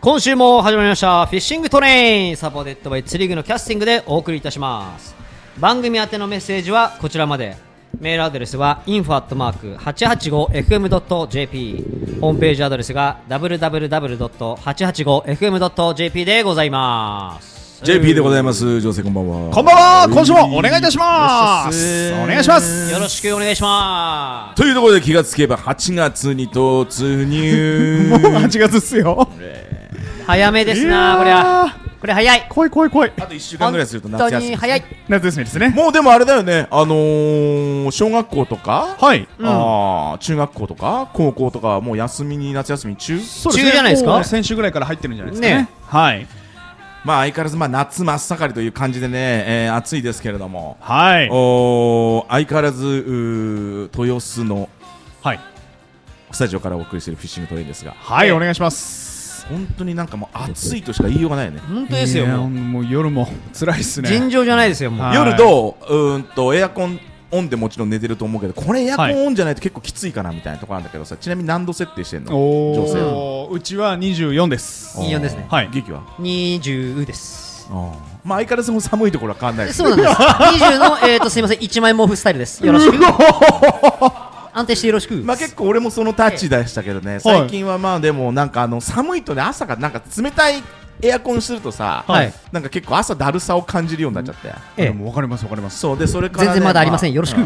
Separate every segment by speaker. Speaker 1: 今週も始まりましたフィッシングトレインサポーテッドバイ釣り具のキャスティングでお送りいたします番組宛てのメッセージはこちらまでメールアドレスは info.885fm.jp ホームページアドレスが www.885fm.jp でございます
Speaker 2: JP でございます。女性こんばんは。
Speaker 3: こんばんは今週もお願いいたしますお願いします
Speaker 1: よろしくお願いしま
Speaker 2: というところで気がつけば8月に突入。
Speaker 3: もう8月っ すよ
Speaker 1: す早めですなこれはこれ早い
Speaker 3: 怖い怖い怖い
Speaker 2: あと1週間
Speaker 1: 本
Speaker 2: ぐらいすると夏
Speaker 1: 当
Speaker 2: 休み
Speaker 1: に。早い
Speaker 3: 夏休みですね
Speaker 2: もうでもあれだよね。あのー、小学校とか、
Speaker 3: はい
Speaker 2: あー中学校とか、高校とかはもう休みに夏休み中。
Speaker 3: そうすね
Speaker 1: 中じゃないですか
Speaker 3: もう先週ぐらいから入ってるんじゃないですかね
Speaker 1: ね
Speaker 3: はい
Speaker 2: まあ相変わらずまあ夏真っ盛りという感じでね、えー暑いですけれども。
Speaker 3: はい
Speaker 2: おー相変わらずうー豊洲の
Speaker 3: はい
Speaker 2: スタジオからお送りしているフィッシングトレインですが
Speaker 3: はいお願いします
Speaker 2: 本当になんかもう暑いとしか言いようがないよね
Speaker 1: 本当ですよ
Speaker 3: いや
Speaker 1: もう
Speaker 3: もう夜も辛いっすね
Speaker 1: 尋常じゃないですよもう
Speaker 3: はい
Speaker 2: 夜どううーんとエアコンオンでもちろん寝てると思うけどこれエアコンオンじゃないと結構きついかなみたいなところなんだけどさちなみに何度設定してんの女性は
Speaker 3: おーうちは24です
Speaker 1: 24ですね
Speaker 3: はい
Speaker 2: 劇は
Speaker 1: 20です
Speaker 2: まあ相変わらずもう寒いところは変わんないです
Speaker 1: そうなんです20のえっ、とすいません1枚毛布スタイルですよろしく安定してよろしく
Speaker 2: まあ結構俺もそのタッチでしたけどね最近はまあでもなんかあの寒いとね朝がなんか冷たいエアコンするとさ
Speaker 1: はい
Speaker 2: なんか結構朝だるさを感じるようになっちゃって
Speaker 1: ええ
Speaker 3: でもわかりますわかります
Speaker 2: そうでそれからね
Speaker 1: 全然まだありません、
Speaker 2: あ
Speaker 1: よろしく
Speaker 2: い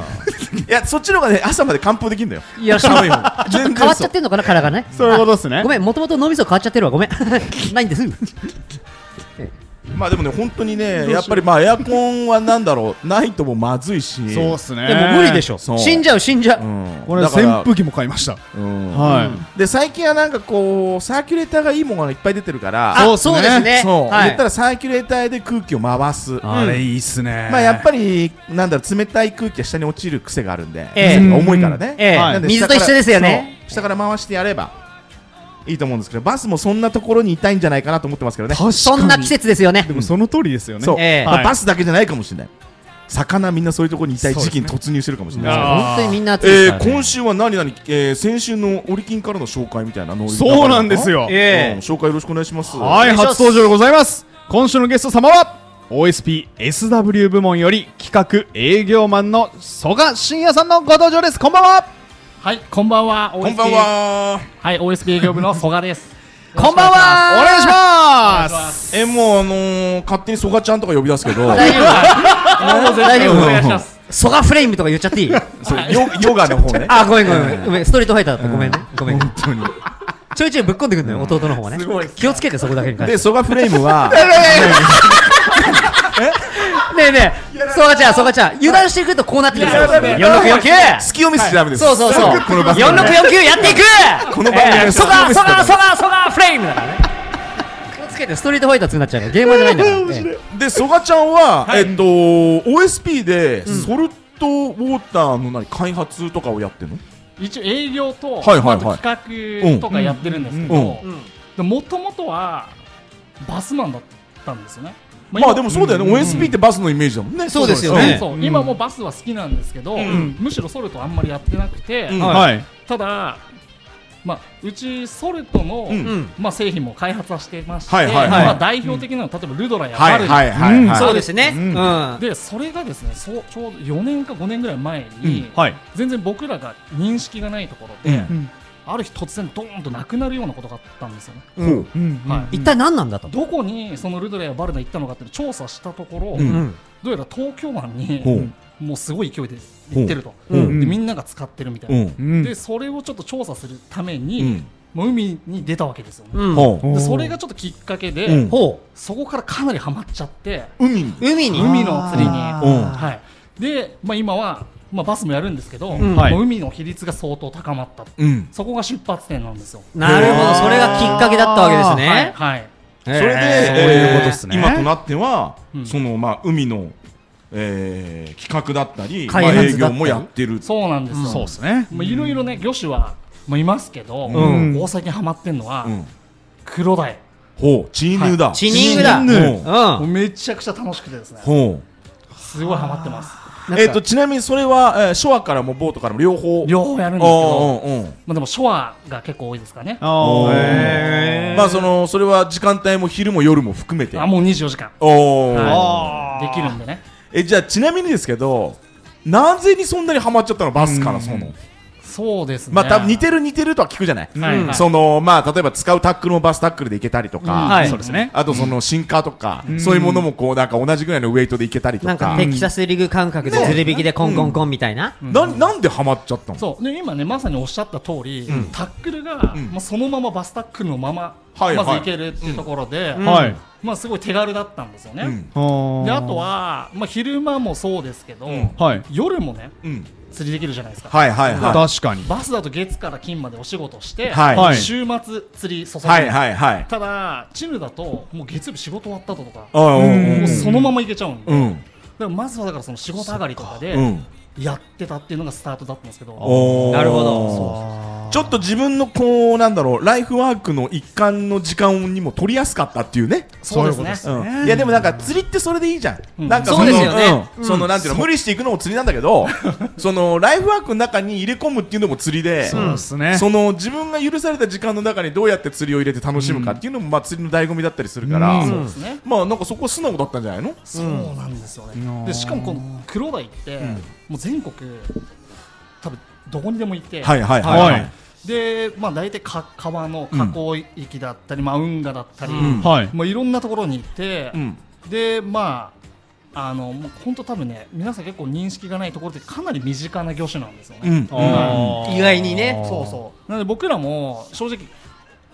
Speaker 2: やそっちの方がね朝まで完封できるんだよ
Speaker 1: よろしく
Speaker 2: 寒いもん
Speaker 1: ちょっと変わっちゃってんのかな体がね
Speaker 3: そういうことですね
Speaker 1: ごめんもともと脳みそ変わっちゃってるわごめん ないんです
Speaker 2: まあでもね本当にねやっぱりまあエアコンはなんだろう ないともまずいし
Speaker 3: そうっすね
Speaker 1: でも無理でしょ
Speaker 2: そう
Speaker 1: 死んじゃう死んじゃう、
Speaker 2: うん
Speaker 3: 俺は
Speaker 2: だから
Speaker 3: 扇風機も買いました
Speaker 2: うん
Speaker 3: は
Speaker 2: で最近はなんかこうサーキュレーターがいいものがいっぱい出てるから
Speaker 1: あ
Speaker 3: そう
Speaker 1: そ
Speaker 3: っ
Speaker 1: う
Speaker 3: すね
Speaker 1: ですね
Speaker 2: そう、
Speaker 1: は
Speaker 2: 言った
Speaker 1: い
Speaker 2: らサーキュレーターで空気を回す
Speaker 3: いあれいいっすね
Speaker 2: まあやっぱりなんだろう冷たい空気が下に落ちる癖があるんで、
Speaker 1: ええ
Speaker 2: 水が重いからね、
Speaker 1: ええ
Speaker 2: なん
Speaker 1: 水と一緒ですよね
Speaker 2: そう下から回してやればいいと思うんですけどバスもそんなところにいたいんじゃないかなと思ってますけどね
Speaker 3: 確かに
Speaker 1: そんな季節ですよね
Speaker 3: でもその通りですよね
Speaker 2: そう、
Speaker 1: ええ
Speaker 2: まあ
Speaker 3: はい
Speaker 2: バスだけじゃないかもしれない魚みんなそういうところにいたい時期に
Speaker 3: そう
Speaker 2: 突入してるかもしれない
Speaker 3: あ
Speaker 1: 本当にみんな暑いです
Speaker 2: え
Speaker 1: か
Speaker 2: ー、
Speaker 1: らね
Speaker 2: 今週は何々、えー、先週のオリキンからの紹介みたいなの
Speaker 3: そうなんです、よ
Speaker 1: え
Speaker 2: え
Speaker 1: え
Speaker 2: 紹介よろしくお願いします
Speaker 3: はい
Speaker 1: お願いし
Speaker 3: 初
Speaker 1: ます
Speaker 3: 登場でございます今週のゲスト様は OSPSW 部門より企画営業マンの曽我慎也さんのご登場ですこんばんは
Speaker 4: はい、こんばんは。
Speaker 2: こんばん
Speaker 4: OSB
Speaker 2: は
Speaker 4: はい、OSB 営業部の曽我 です。
Speaker 1: こんばん
Speaker 3: お
Speaker 1: は
Speaker 3: 願いし
Speaker 4: お願いし
Speaker 3: ま
Speaker 4: ます
Speaker 2: えー、もうあのー、勝手に曽我ちゃんとか呼び出すけどヨ
Speaker 1: 大丈夫
Speaker 4: 大
Speaker 1: 丈夫
Speaker 4: お願いします。
Speaker 1: ソガフレイムとか言っちゃっていい
Speaker 2: ヨガの方ね
Speaker 1: あごめんごめんごめんごめんストリートファイターだったごめんねごめん
Speaker 2: 本当に
Speaker 1: ちょいちょいぶっこんでくるのよ弟の方はね気をつけてそこだけに関して
Speaker 2: で曽我フレームは
Speaker 1: ねえねえ、そうかちゃん、そうかちゃん、油断していくとこうなってくるんですよ。
Speaker 2: ね
Speaker 1: 4649!
Speaker 2: 隙を見せちゃダメです、
Speaker 1: そうそうそう。
Speaker 2: この番組はね
Speaker 1: 4649やっていく
Speaker 2: この番組は
Speaker 1: えーそ
Speaker 2: そう
Speaker 1: が
Speaker 2: です
Speaker 1: そがそがそがフレームだからね。気をつけて、ストリートファイター2になっちゃうから、ゲームじゃないんだから。え
Speaker 2: で曽我ちゃんは、えっと OSP でソルトウォーターの何開発とかをやってるの
Speaker 4: 一応営業と、
Speaker 2: はいはいはい
Speaker 4: あと企画とかやってるんですけ
Speaker 2: うん
Speaker 4: ど、もともとはバスマンだったんですよね。
Speaker 2: まあでもそうだよね、
Speaker 3: うん
Speaker 2: OSP ってバスのイメージだもんね
Speaker 1: そうですよ
Speaker 4: 今
Speaker 1: ね
Speaker 4: そう今もバスは好きなんですけど、
Speaker 2: ん
Speaker 4: むしろソルトあんまりやってなくて、
Speaker 2: うん
Speaker 3: はい
Speaker 4: ただ、まあ、うちソルトの、
Speaker 2: うん
Speaker 1: えうん。
Speaker 4: まあ、製品も開発はしてまして、
Speaker 2: はいはいはい
Speaker 4: まあ、代表的なのは例えばルドラや
Speaker 2: は
Speaker 4: マル
Speaker 2: い
Speaker 4: ニ
Speaker 2: はいはい、
Speaker 3: うん
Speaker 2: はい
Speaker 1: そうですね。う。
Speaker 3: うんん
Speaker 1: は
Speaker 4: でそれがですねそうちょうど4年か5年ぐらい前に、
Speaker 3: はい
Speaker 4: 全然僕らが認識がないところ
Speaker 2: う
Speaker 4: で、
Speaker 2: ん
Speaker 4: ある日突然ドーンとなくなるようなことがあったんですよね、
Speaker 2: うん
Speaker 4: は
Speaker 1: 一体何なんだと。
Speaker 4: どこにそのルドレア・バルナ行ったのかっていうのを調査したところ、
Speaker 2: うん
Speaker 1: うん。
Speaker 4: どうやら東京湾
Speaker 2: ほ
Speaker 4: に
Speaker 2: う
Speaker 4: もうすごい勢いで行ってると、
Speaker 1: うん
Speaker 4: でみんなが使ってるみたいな、
Speaker 2: うん
Speaker 3: うん
Speaker 4: でそれをちょっと調査するため
Speaker 2: う
Speaker 4: に、
Speaker 2: ん
Speaker 4: もう海に出たわけですよね、
Speaker 1: うん。
Speaker 2: ほ
Speaker 3: うん
Speaker 4: でそれがちょっときっかけで、
Speaker 2: うん
Speaker 1: ほ
Speaker 4: そこからかなりハマっちゃって、
Speaker 2: う海に
Speaker 1: う。海に。
Speaker 4: 海の釣りに
Speaker 1: あ
Speaker 2: うん
Speaker 1: ー
Speaker 4: はい、で、まあ、今は、まあ、バスもやるんですけど、
Speaker 1: ん
Speaker 4: もう
Speaker 3: はい
Speaker 4: 海の比率が相当高まった、
Speaker 2: うん
Speaker 4: そこが出発点なんですよ。
Speaker 1: なるほど、それがきっかけだったわけですね。
Speaker 4: はい、はい
Speaker 2: それで、
Speaker 3: そういうことっすね
Speaker 2: 今となっては、
Speaker 4: うん
Speaker 2: そのまあ海の、えー、企画だったり、ま
Speaker 1: 開
Speaker 2: あ、
Speaker 1: 発だった
Speaker 2: 営
Speaker 1: り
Speaker 2: 業もやってる
Speaker 4: そうなんですよ、
Speaker 3: そうですね
Speaker 4: まあ、いろいろね魚種は、まあ、いますけど、
Speaker 3: ん
Speaker 4: 大崎にはまってんのは、
Speaker 2: うん
Speaker 4: クロダイ
Speaker 2: ほうチーヌだ、
Speaker 1: チニングだ。
Speaker 2: チ
Speaker 1: う
Speaker 2: ーヌ
Speaker 1: ん。
Speaker 4: もうめちゃくちゃ楽しくてですね
Speaker 2: ほ
Speaker 4: すごいハマってます
Speaker 1: なんか
Speaker 2: えっとちなみにそれは、えー、ショアからもボートからも両方
Speaker 4: 両方やるんですけど
Speaker 2: うんうんうん
Speaker 4: まあでもショアが結構多いですかね
Speaker 3: おー
Speaker 2: へまあそのそれは時間帯も昼も夜も含めて
Speaker 4: あもう24時間
Speaker 2: おお、
Speaker 4: はいできるんでね
Speaker 2: えじゃあちなみにですけどなぜにそんなにハマっちゃったのバスからその
Speaker 4: そうですね
Speaker 2: まあ多分似てる似てるとは聞くじゃない、
Speaker 4: はいはい
Speaker 2: そのまあ例えば使うタックルもバスタックルでいけたりとか、
Speaker 1: はい
Speaker 3: そうですね
Speaker 2: あとその進化とか、そういうものもこうなんか同じぐらいのウェイトでいけたりと
Speaker 1: なん
Speaker 2: か
Speaker 1: かテキサスリグ感覚で
Speaker 2: ね
Speaker 1: ズレ引きでコンコンコンみたいな、
Speaker 2: ななんでハマっちゃったの
Speaker 4: そうで今ねまさにおっしゃった通り、タックルが、
Speaker 2: ん
Speaker 4: まあ、そのままバスタックルのまま、
Speaker 2: はいはい
Speaker 4: まずいけるっていうところで、
Speaker 1: うん
Speaker 3: はい
Speaker 4: まあ、すごい手軽だったんですよね、
Speaker 2: うん
Speaker 3: で
Speaker 4: であとは、まあ、昼間もそうですけど、
Speaker 2: うん
Speaker 3: はい
Speaker 4: 夜もね
Speaker 2: うん、
Speaker 4: 釣りできるじゃないですか、
Speaker 2: はいはいは
Speaker 3: 確かに
Speaker 4: バスだと月から金までお仕事し
Speaker 2: い
Speaker 4: て、
Speaker 2: はい
Speaker 3: は
Speaker 2: はいい
Speaker 4: 週末釣り注ぐ、
Speaker 2: はいはいはい
Speaker 4: ただチヌだともう月曜日仕事終わった後とか、
Speaker 2: あうん
Speaker 4: もう
Speaker 2: うん
Speaker 4: そのまま行けちゃうん
Speaker 2: う
Speaker 4: で、だ
Speaker 2: ん
Speaker 4: からまずはだからその仕事上がりとかで
Speaker 2: うん
Speaker 4: やってたっていうのがスタートだったんですけど、
Speaker 2: おー
Speaker 1: なるほど
Speaker 2: ちょっと自分のこうなんだろうライフワークの一環の時間にも取りやすかったっていうね
Speaker 4: そうですね
Speaker 2: うんいやでもなんか釣りってそれでいいじゃん、
Speaker 4: うん
Speaker 2: なんか
Speaker 1: そうですよね
Speaker 2: うんそのなんていうの無理していくのも釣りなんだけどそのライフワークの中に入れ込むっていうのも釣りで
Speaker 3: そうですね
Speaker 2: その自分が許された時間の中にどうやって釣りを入れて楽しむかっていうのも、まあ、釣りの醍醐味だったりするから、
Speaker 3: うん
Speaker 4: そうですね、
Speaker 2: まあなんかそこは素直だったんじゃないの
Speaker 4: そうなんですよ
Speaker 3: うん
Speaker 4: ね。でしかもこの黒鯛って、
Speaker 2: ん
Speaker 4: もう全国多分どこにでもいて、
Speaker 2: はいはいはい
Speaker 3: は
Speaker 2: はいい
Speaker 4: でまあ大体か川の河口域だったり、まあ運河だったり、
Speaker 2: ん
Speaker 3: はい
Speaker 4: もういろんなところにいて、
Speaker 2: うん
Speaker 4: でまあ。あのもう本当多分ね皆さん結構認識がないところってかなり身近な魚種なんですよ
Speaker 2: う
Speaker 4: ね、
Speaker 2: ん
Speaker 3: あー
Speaker 1: 意外にね
Speaker 4: そうそうなので僕らも正直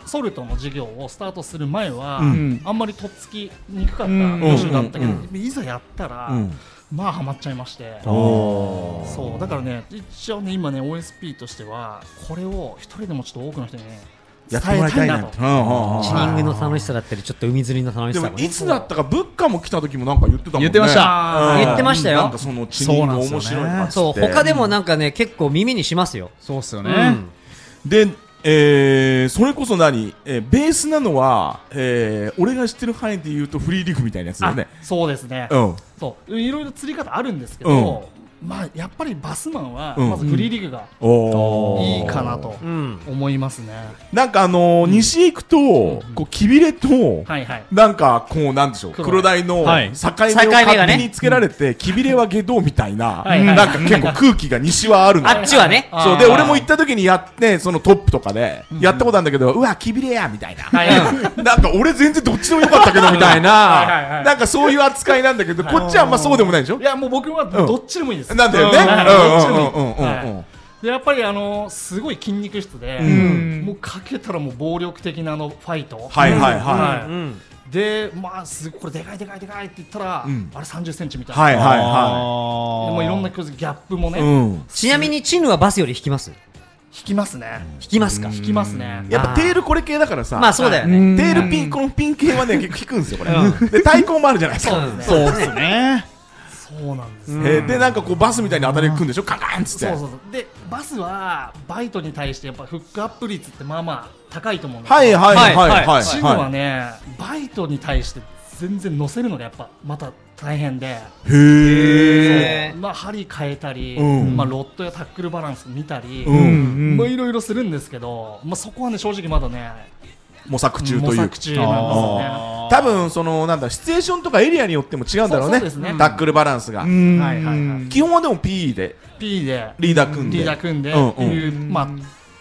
Speaker 4: ソルトの授業をスタートする前は、
Speaker 2: うん
Speaker 4: あんまりとっつきにくかった
Speaker 3: うん
Speaker 4: 魚種だったけど、
Speaker 2: うんうん
Speaker 4: いざやったら、
Speaker 2: うん
Speaker 4: まあハマっちゃいまして
Speaker 2: おー
Speaker 4: そうだからね一応ね今ね OSP としてはこれを一人でもちょっと多くの人にね
Speaker 2: やってもらいたいな
Speaker 4: 伝え
Speaker 2: とうんうんうん
Speaker 1: チニングの楽しさだったりちょっと海釣りの楽し
Speaker 2: で
Speaker 1: さ
Speaker 2: も
Speaker 1: も
Speaker 2: いつだったか物価も来た時もなんか言ってたもんね
Speaker 3: 言ってました
Speaker 2: うん
Speaker 1: 言ってましたよ
Speaker 2: なんかその地理の面白いなっつって
Speaker 1: そう他でもなんかね結構耳にしますよ、
Speaker 3: そうっすよ
Speaker 1: う
Speaker 3: ね
Speaker 1: ん
Speaker 2: で、えーそれこそ何、えーベースなのは、えー俺が知ってる範囲で言うとフリーリーグみたいなやつだよね
Speaker 4: あそうですね、
Speaker 2: うん
Speaker 4: そういろいろ釣り方あるんですけど、まあやっぱりバスマンは
Speaker 2: うん
Speaker 4: まずフリーリグが
Speaker 2: おー
Speaker 4: いいかなと
Speaker 1: うん
Speaker 4: 思いますね、
Speaker 2: なんかあのー西へ行くと、こうきびれと、
Speaker 4: はいはい
Speaker 2: なんかこうなんでしょう黒
Speaker 4: 黒
Speaker 2: 鯛の境
Speaker 3: はい
Speaker 2: 目を
Speaker 1: 境目が
Speaker 2: 勝
Speaker 1: ね
Speaker 2: 手につけられて、きびれは下道みたいな、
Speaker 4: はいはい
Speaker 2: なんか結構空気が西はあるの
Speaker 1: あっちはね
Speaker 4: あー
Speaker 2: そうで俺も行った時にやってそのトップとかでやったことあるんだけど、うわきびれやみたいな、
Speaker 4: はいは
Speaker 2: なんか俺全然どっちでもよかったけどみたいな
Speaker 4: はいはいはい
Speaker 2: なんかそういう扱いなんだけどこっちはあんまそうでもないでしょ
Speaker 4: いやもう僕はどっちでもいいです、
Speaker 2: なんだよね
Speaker 4: はい
Speaker 2: うん
Speaker 4: どっちでもいい
Speaker 2: うんうんうんうん
Speaker 4: はいでやっぱりあのすごい筋肉質で、
Speaker 2: ん
Speaker 4: もうかけたらもう暴力的なあのファイト
Speaker 2: はいはいはい、
Speaker 4: は
Speaker 1: うん
Speaker 4: でまあすごいこれでかいでかいでかいって言ったら、
Speaker 2: うん
Speaker 4: あれ3 0ンチみたいな、
Speaker 2: はいはいは
Speaker 3: は
Speaker 4: でもういろんなギャップもね、
Speaker 2: い、
Speaker 4: 引
Speaker 2: うん、
Speaker 1: ちなみにチヌはバスより引きます
Speaker 4: きますね
Speaker 1: 引きますか
Speaker 4: 引きますね
Speaker 2: やっぱテールこれ系だからさ
Speaker 1: まあそうだよね、
Speaker 2: テールピンこのピン系はね結構効くんですよこれ、で対抗もあるじゃないで すか
Speaker 1: そうですね
Speaker 3: そうっすね
Speaker 4: そうなんです、
Speaker 2: えーでなんかこうバスみたいに当たりくんでしょカカンっつって
Speaker 4: そうそうそうでバスはバイトに対してやっぱフックアップ率ってまあまあ高いと思うんだけど
Speaker 2: はいはいはいはいはい、
Speaker 4: チームはね、バイトに対して全然乗せるのがやっぱまた大変で、
Speaker 1: へー
Speaker 4: まあ、針変えたり、
Speaker 2: うん
Speaker 4: まあ、ロットやタックルバランス見たり、
Speaker 2: うん
Speaker 3: うん
Speaker 4: まあ、いろいろするんですけど、まあ、そこはね正直まだね
Speaker 2: 模索中と
Speaker 4: 模
Speaker 2: いう
Speaker 4: 索中なんですよね。
Speaker 2: 多分そのなんだシチュエーションとかエリアによっても違うんだろうね
Speaker 4: そうそうですね
Speaker 2: タックルバランスが、
Speaker 3: 分
Speaker 4: はいはいはい
Speaker 2: 基本はでも PE で
Speaker 4: P で
Speaker 2: リーダー組んで
Speaker 4: リーダー組んで
Speaker 2: うん
Speaker 4: っていう、まあ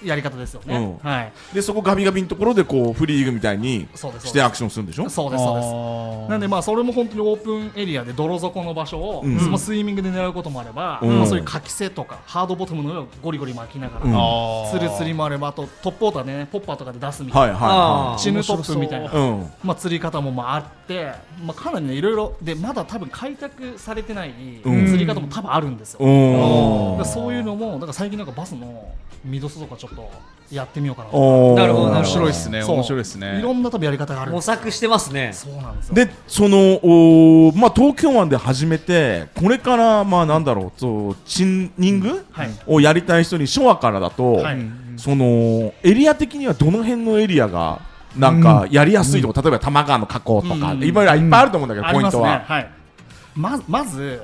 Speaker 4: やり方ですよね、
Speaker 2: うん
Speaker 4: はい
Speaker 2: でそこガビガビのところでこうフリーグみたいに
Speaker 4: そうです
Speaker 2: してアクションするんでしょ
Speaker 4: そうですそうです
Speaker 3: そ
Speaker 4: なんでまあそれも本当にオープンエリアで泥底の場所を、
Speaker 2: うん
Speaker 4: そのスイミングで狙うこともあれば、
Speaker 2: うん
Speaker 4: まあそういうかき背とかハードボトムの上をゴリゴリ巻きながら、
Speaker 2: うん
Speaker 4: 釣る釣りもあればあとトップオーターでねポッパーとかで出すみたい
Speaker 2: はい
Speaker 4: な、
Speaker 1: あ
Speaker 2: は
Speaker 4: チヌトップみたいな
Speaker 2: いう、ん
Speaker 4: まあ、釣り方もまああって、まあ、かなりねいろいろでまだ多分開拓されてない
Speaker 2: うん
Speaker 4: 釣り方も多分あるんですよ、
Speaker 2: おー
Speaker 4: だからそういうのもだから最近なんかバスのミドスとかちょっとやってみようかなと
Speaker 2: おー
Speaker 1: なるほどな
Speaker 3: 面
Speaker 1: るほど
Speaker 3: 白いっすね
Speaker 4: そう
Speaker 3: 面白いっすね
Speaker 4: いろんな多分やり方があるん
Speaker 1: 模
Speaker 4: です
Speaker 1: 索してますね
Speaker 4: そうなんですよ
Speaker 2: でそのおーまあ東京湾で始めてこれからまあなんだろうそうチンニング
Speaker 4: はい
Speaker 2: をやりたい人に昭和からだと、
Speaker 4: はい
Speaker 2: そのエリア的にはどの辺のエリアがなんかやりやすいとか、例えば多摩川の河口とか、
Speaker 4: うん
Speaker 2: いろいろいっぱいあると思うんだけど、
Speaker 4: あ
Speaker 2: ポ
Speaker 4: り
Speaker 2: イン
Speaker 4: ます
Speaker 2: ト
Speaker 4: ね
Speaker 2: は、
Speaker 4: はいまずまず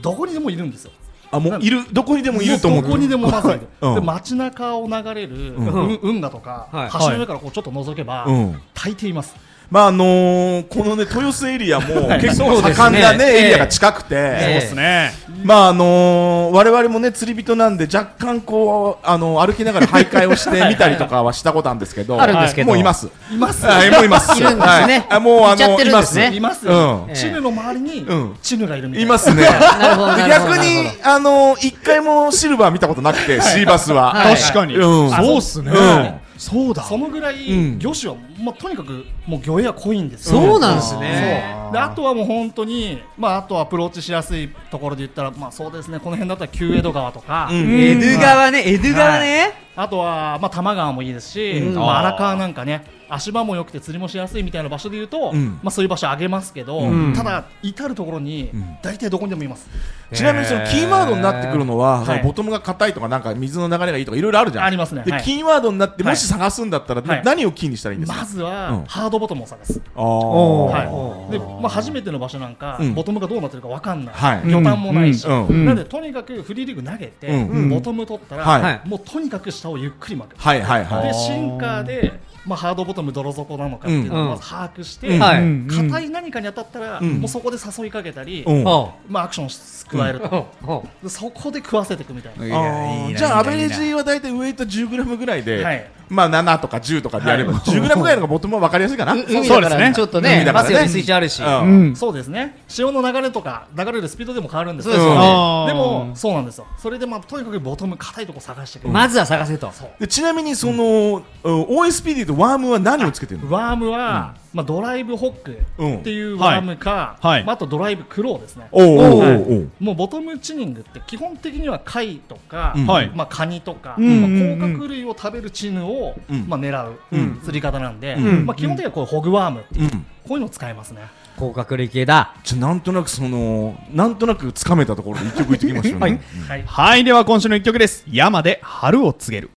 Speaker 4: どこにでもいるんですよ
Speaker 2: あもういるどこにでもいると思
Speaker 4: ど
Speaker 2: う
Speaker 4: こにでもまずいる、
Speaker 2: うん
Speaker 4: で街中を流れる、
Speaker 2: ん
Speaker 4: うん、運河とか、
Speaker 1: はい
Speaker 4: 橋の上からこうちょっと覗けば、
Speaker 2: うん
Speaker 4: 大抵います
Speaker 2: まああのーこのね豊洲エリアも結構
Speaker 1: そうですね
Speaker 2: 盛んなね
Speaker 1: ええ
Speaker 2: エリアが近くて、
Speaker 1: ええ
Speaker 3: ですね。
Speaker 2: まああのー我々もね釣り人なんで若干こうあの歩きながら徘徊 をしてみたりとかはしたことあるんですけど
Speaker 1: あるんですけど
Speaker 2: もう います
Speaker 4: います
Speaker 2: はいもういます
Speaker 1: いるんですね
Speaker 2: はいあもうあ
Speaker 1: いちゃっ
Speaker 2: の
Speaker 1: てるんですね
Speaker 4: います
Speaker 2: うん
Speaker 1: ええ
Speaker 4: チヌの周りに、
Speaker 2: うん
Speaker 4: チヌがいるみたい
Speaker 2: い
Speaker 4: な
Speaker 2: ますね
Speaker 1: なるほどなるほど
Speaker 2: 逆に
Speaker 1: なるほ
Speaker 2: あのー一回もシルバー見たことなくてシーバスは、
Speaker 1: はい
Speaker 3: 確かに。
Speaker 2: うん
Speaker 3: そうっすね
Speaker 2: うん。
Speaker 3: そうだ。
Speaker 4: そのぐらい、
Speaker 2: うん
Speaker 4: 魚種は、まあ、とにかくもう魚影が濃いんです
Speaker 1: ど
Speaker 4: よ、
Speaker 1: そう
Speaker 4: で
Speaker 1: なんですね
Speaker 3: あー
Speaker 4: あとはもう本当に、まあ、あとアプローチしやすいところで言ったら、まあ、そうですねこの辺だったら旧江戸川とか、
Speaker 2: うん
Speaker 1: 江戸川ね江戸川ね
Speaker 4: あとは、まあ、多摩川もいいですし、
Speaker 1: うん
Speaker 4: まあ、
Speaker 3: あー
Speaker 4: 荒川なんかね足場も良くて釣りもしやすいみたいな場所で言うと、
Speaker 2: うん
Speaker 4: まあ、そういう場所あげますけど、
Speaker 3: うん
Speaker 4: ただ至る所に
Speaker 2: ん
Speaker 4: 大体どこにでもいます、
Speaker 2: ちなみにそのキーワードになってくるのは、
Speaker 4: はい
Speaker 2: ボトムが硬いとかなんか水の流れがいいとかいろいろあるじゃん
Speaker 4: ありますね
Speaker 2: で、
Speaker 4: はい
Speaker 2: キーワードになって
Speaker 4: はい
Speaker 2: もし探すんだったら、
Speaker 4: はい
Speaker 2: 何をキーにしたらいいんですか、
Speaker 4: まずは、
Speaker 2: うん
Speaker 4: ハードボトムを探す、
Speaker 2: あー
Speaker 3: おー
Speaker 4: はい
Speaker 1: おー
Speaker 4: でまあ、初めての場所なんか、
Speaker 2: うん
Speaker 4: ボトムがどうなってるか分かんない、
Speaker 2: はい
Speaker 4: 魚探もないし、
Speaker 2: うん
Speaker 3: うん
Speaker 4: なのでとにかくフリーリーグ投げて、
Speaker 2: うん
Speaker 4: ボトム取ったら、
Speaker 2: はい
Speaker 1: はい
Speaker 4: もうとにかく下をゆっくり巻く、
Speaker 2: はいはいはい
Speaker 4: でシンカーで、まあ、ハードボトム泥底なのかっていうのをまず把握して、
Speaker 2: うんうん
Speaker 1: はい
Speaker 3: うん
Speaker 4: 硬い何かに当たったら、
Speaker 2: うん
Speaker 4: もうそこで誘いかけたり、
Speaker 2: うんあ
Speaker 1: ほ
Speaker 4: まあ、アクションを加えると、
Speaker 1: うほ
Speaker 4: でそこで食わせていくみたいな、
Speaker 3: いやいい
Speaker 2: ー
Speaker 3: な
Speaker 2: じゃあアベレ
Speaker 3: い
Speaker 2: ー
Speaker 3: いな
Speaker 2: ジは大体ウエイト 10g ぐらいで、
Speaker 4: はい
Speaker 2: まあ7とか10とかでやれば、
Speaker 4: は
Speaker 2: 10g ぐらいのがボトムは分かりやすいかな、
Speaker 1: う海
Speaker 3: そ
Speaker 1: だ
Speaker 3: うで
Speaker 1: か
Speaker 3: す
Speaker 1: ら
Speaker 3: ね
Speaker 1: ちょっと
Speaker 2: 海
Speaker 1: ね
Speaker 2: だから
Speaker 1: バ
Speaker 2: ね
Speaker 1: スより水中あるし
Speaker 2: うん
Speaker 3: うん。
Speaker 4: そうですね潮の流れとか流れるスピードでも変わるんですけ
Speaker 1: そう
Speaker 4: ど
Speaker 1: ですよね
Speaker 3: あー
Speaker 4: でもそうなんですよそれで、まあ、とにかくボトム硬いとこ探してくる、
Speaker 1: まずは探せと
Speaker 4: そう
Speaker 2: でちなみにその、うん OSP でいうとワームは何をつけてるの
Speaker 4: ワームは、まあ、ドライブホックっていうワームか、
Speaker 3: うんはい
Speaker 4: まあ、あとドライブクローですね、
Speaker 2: おうおうおうおう
Speaker 4: もうボトムチニングって基本的には貝とか、
Speaker 2: うん
Speaker 3: はい
Speaker 4: まあ、カニとか、
Speaker 3: うんうんうん
Speaker 4: まあ、甲殻類を食べるチヌを、
Speaker 2: うん
Speaker 4: まあ、狙う
Speaker 2: うん
Speaker 4: 釣り方なんで、
Speaker 2: うん
Speaker 4: まあ、基本的にはこうホグワームっていう、
Speaker 2: うん
Speaker 4: こういうのを使いますね。
Speaker 1: 甲殻類系だ
Speaker 2: じゃあなんとなくそのなんとなくつかめたところで一曲いってきましょうね、
Speaker 3: はい
Speaker 2: うん
Speaker 4: はい
Speaker 3: はい、では今週の一曲です。山で春を告げる。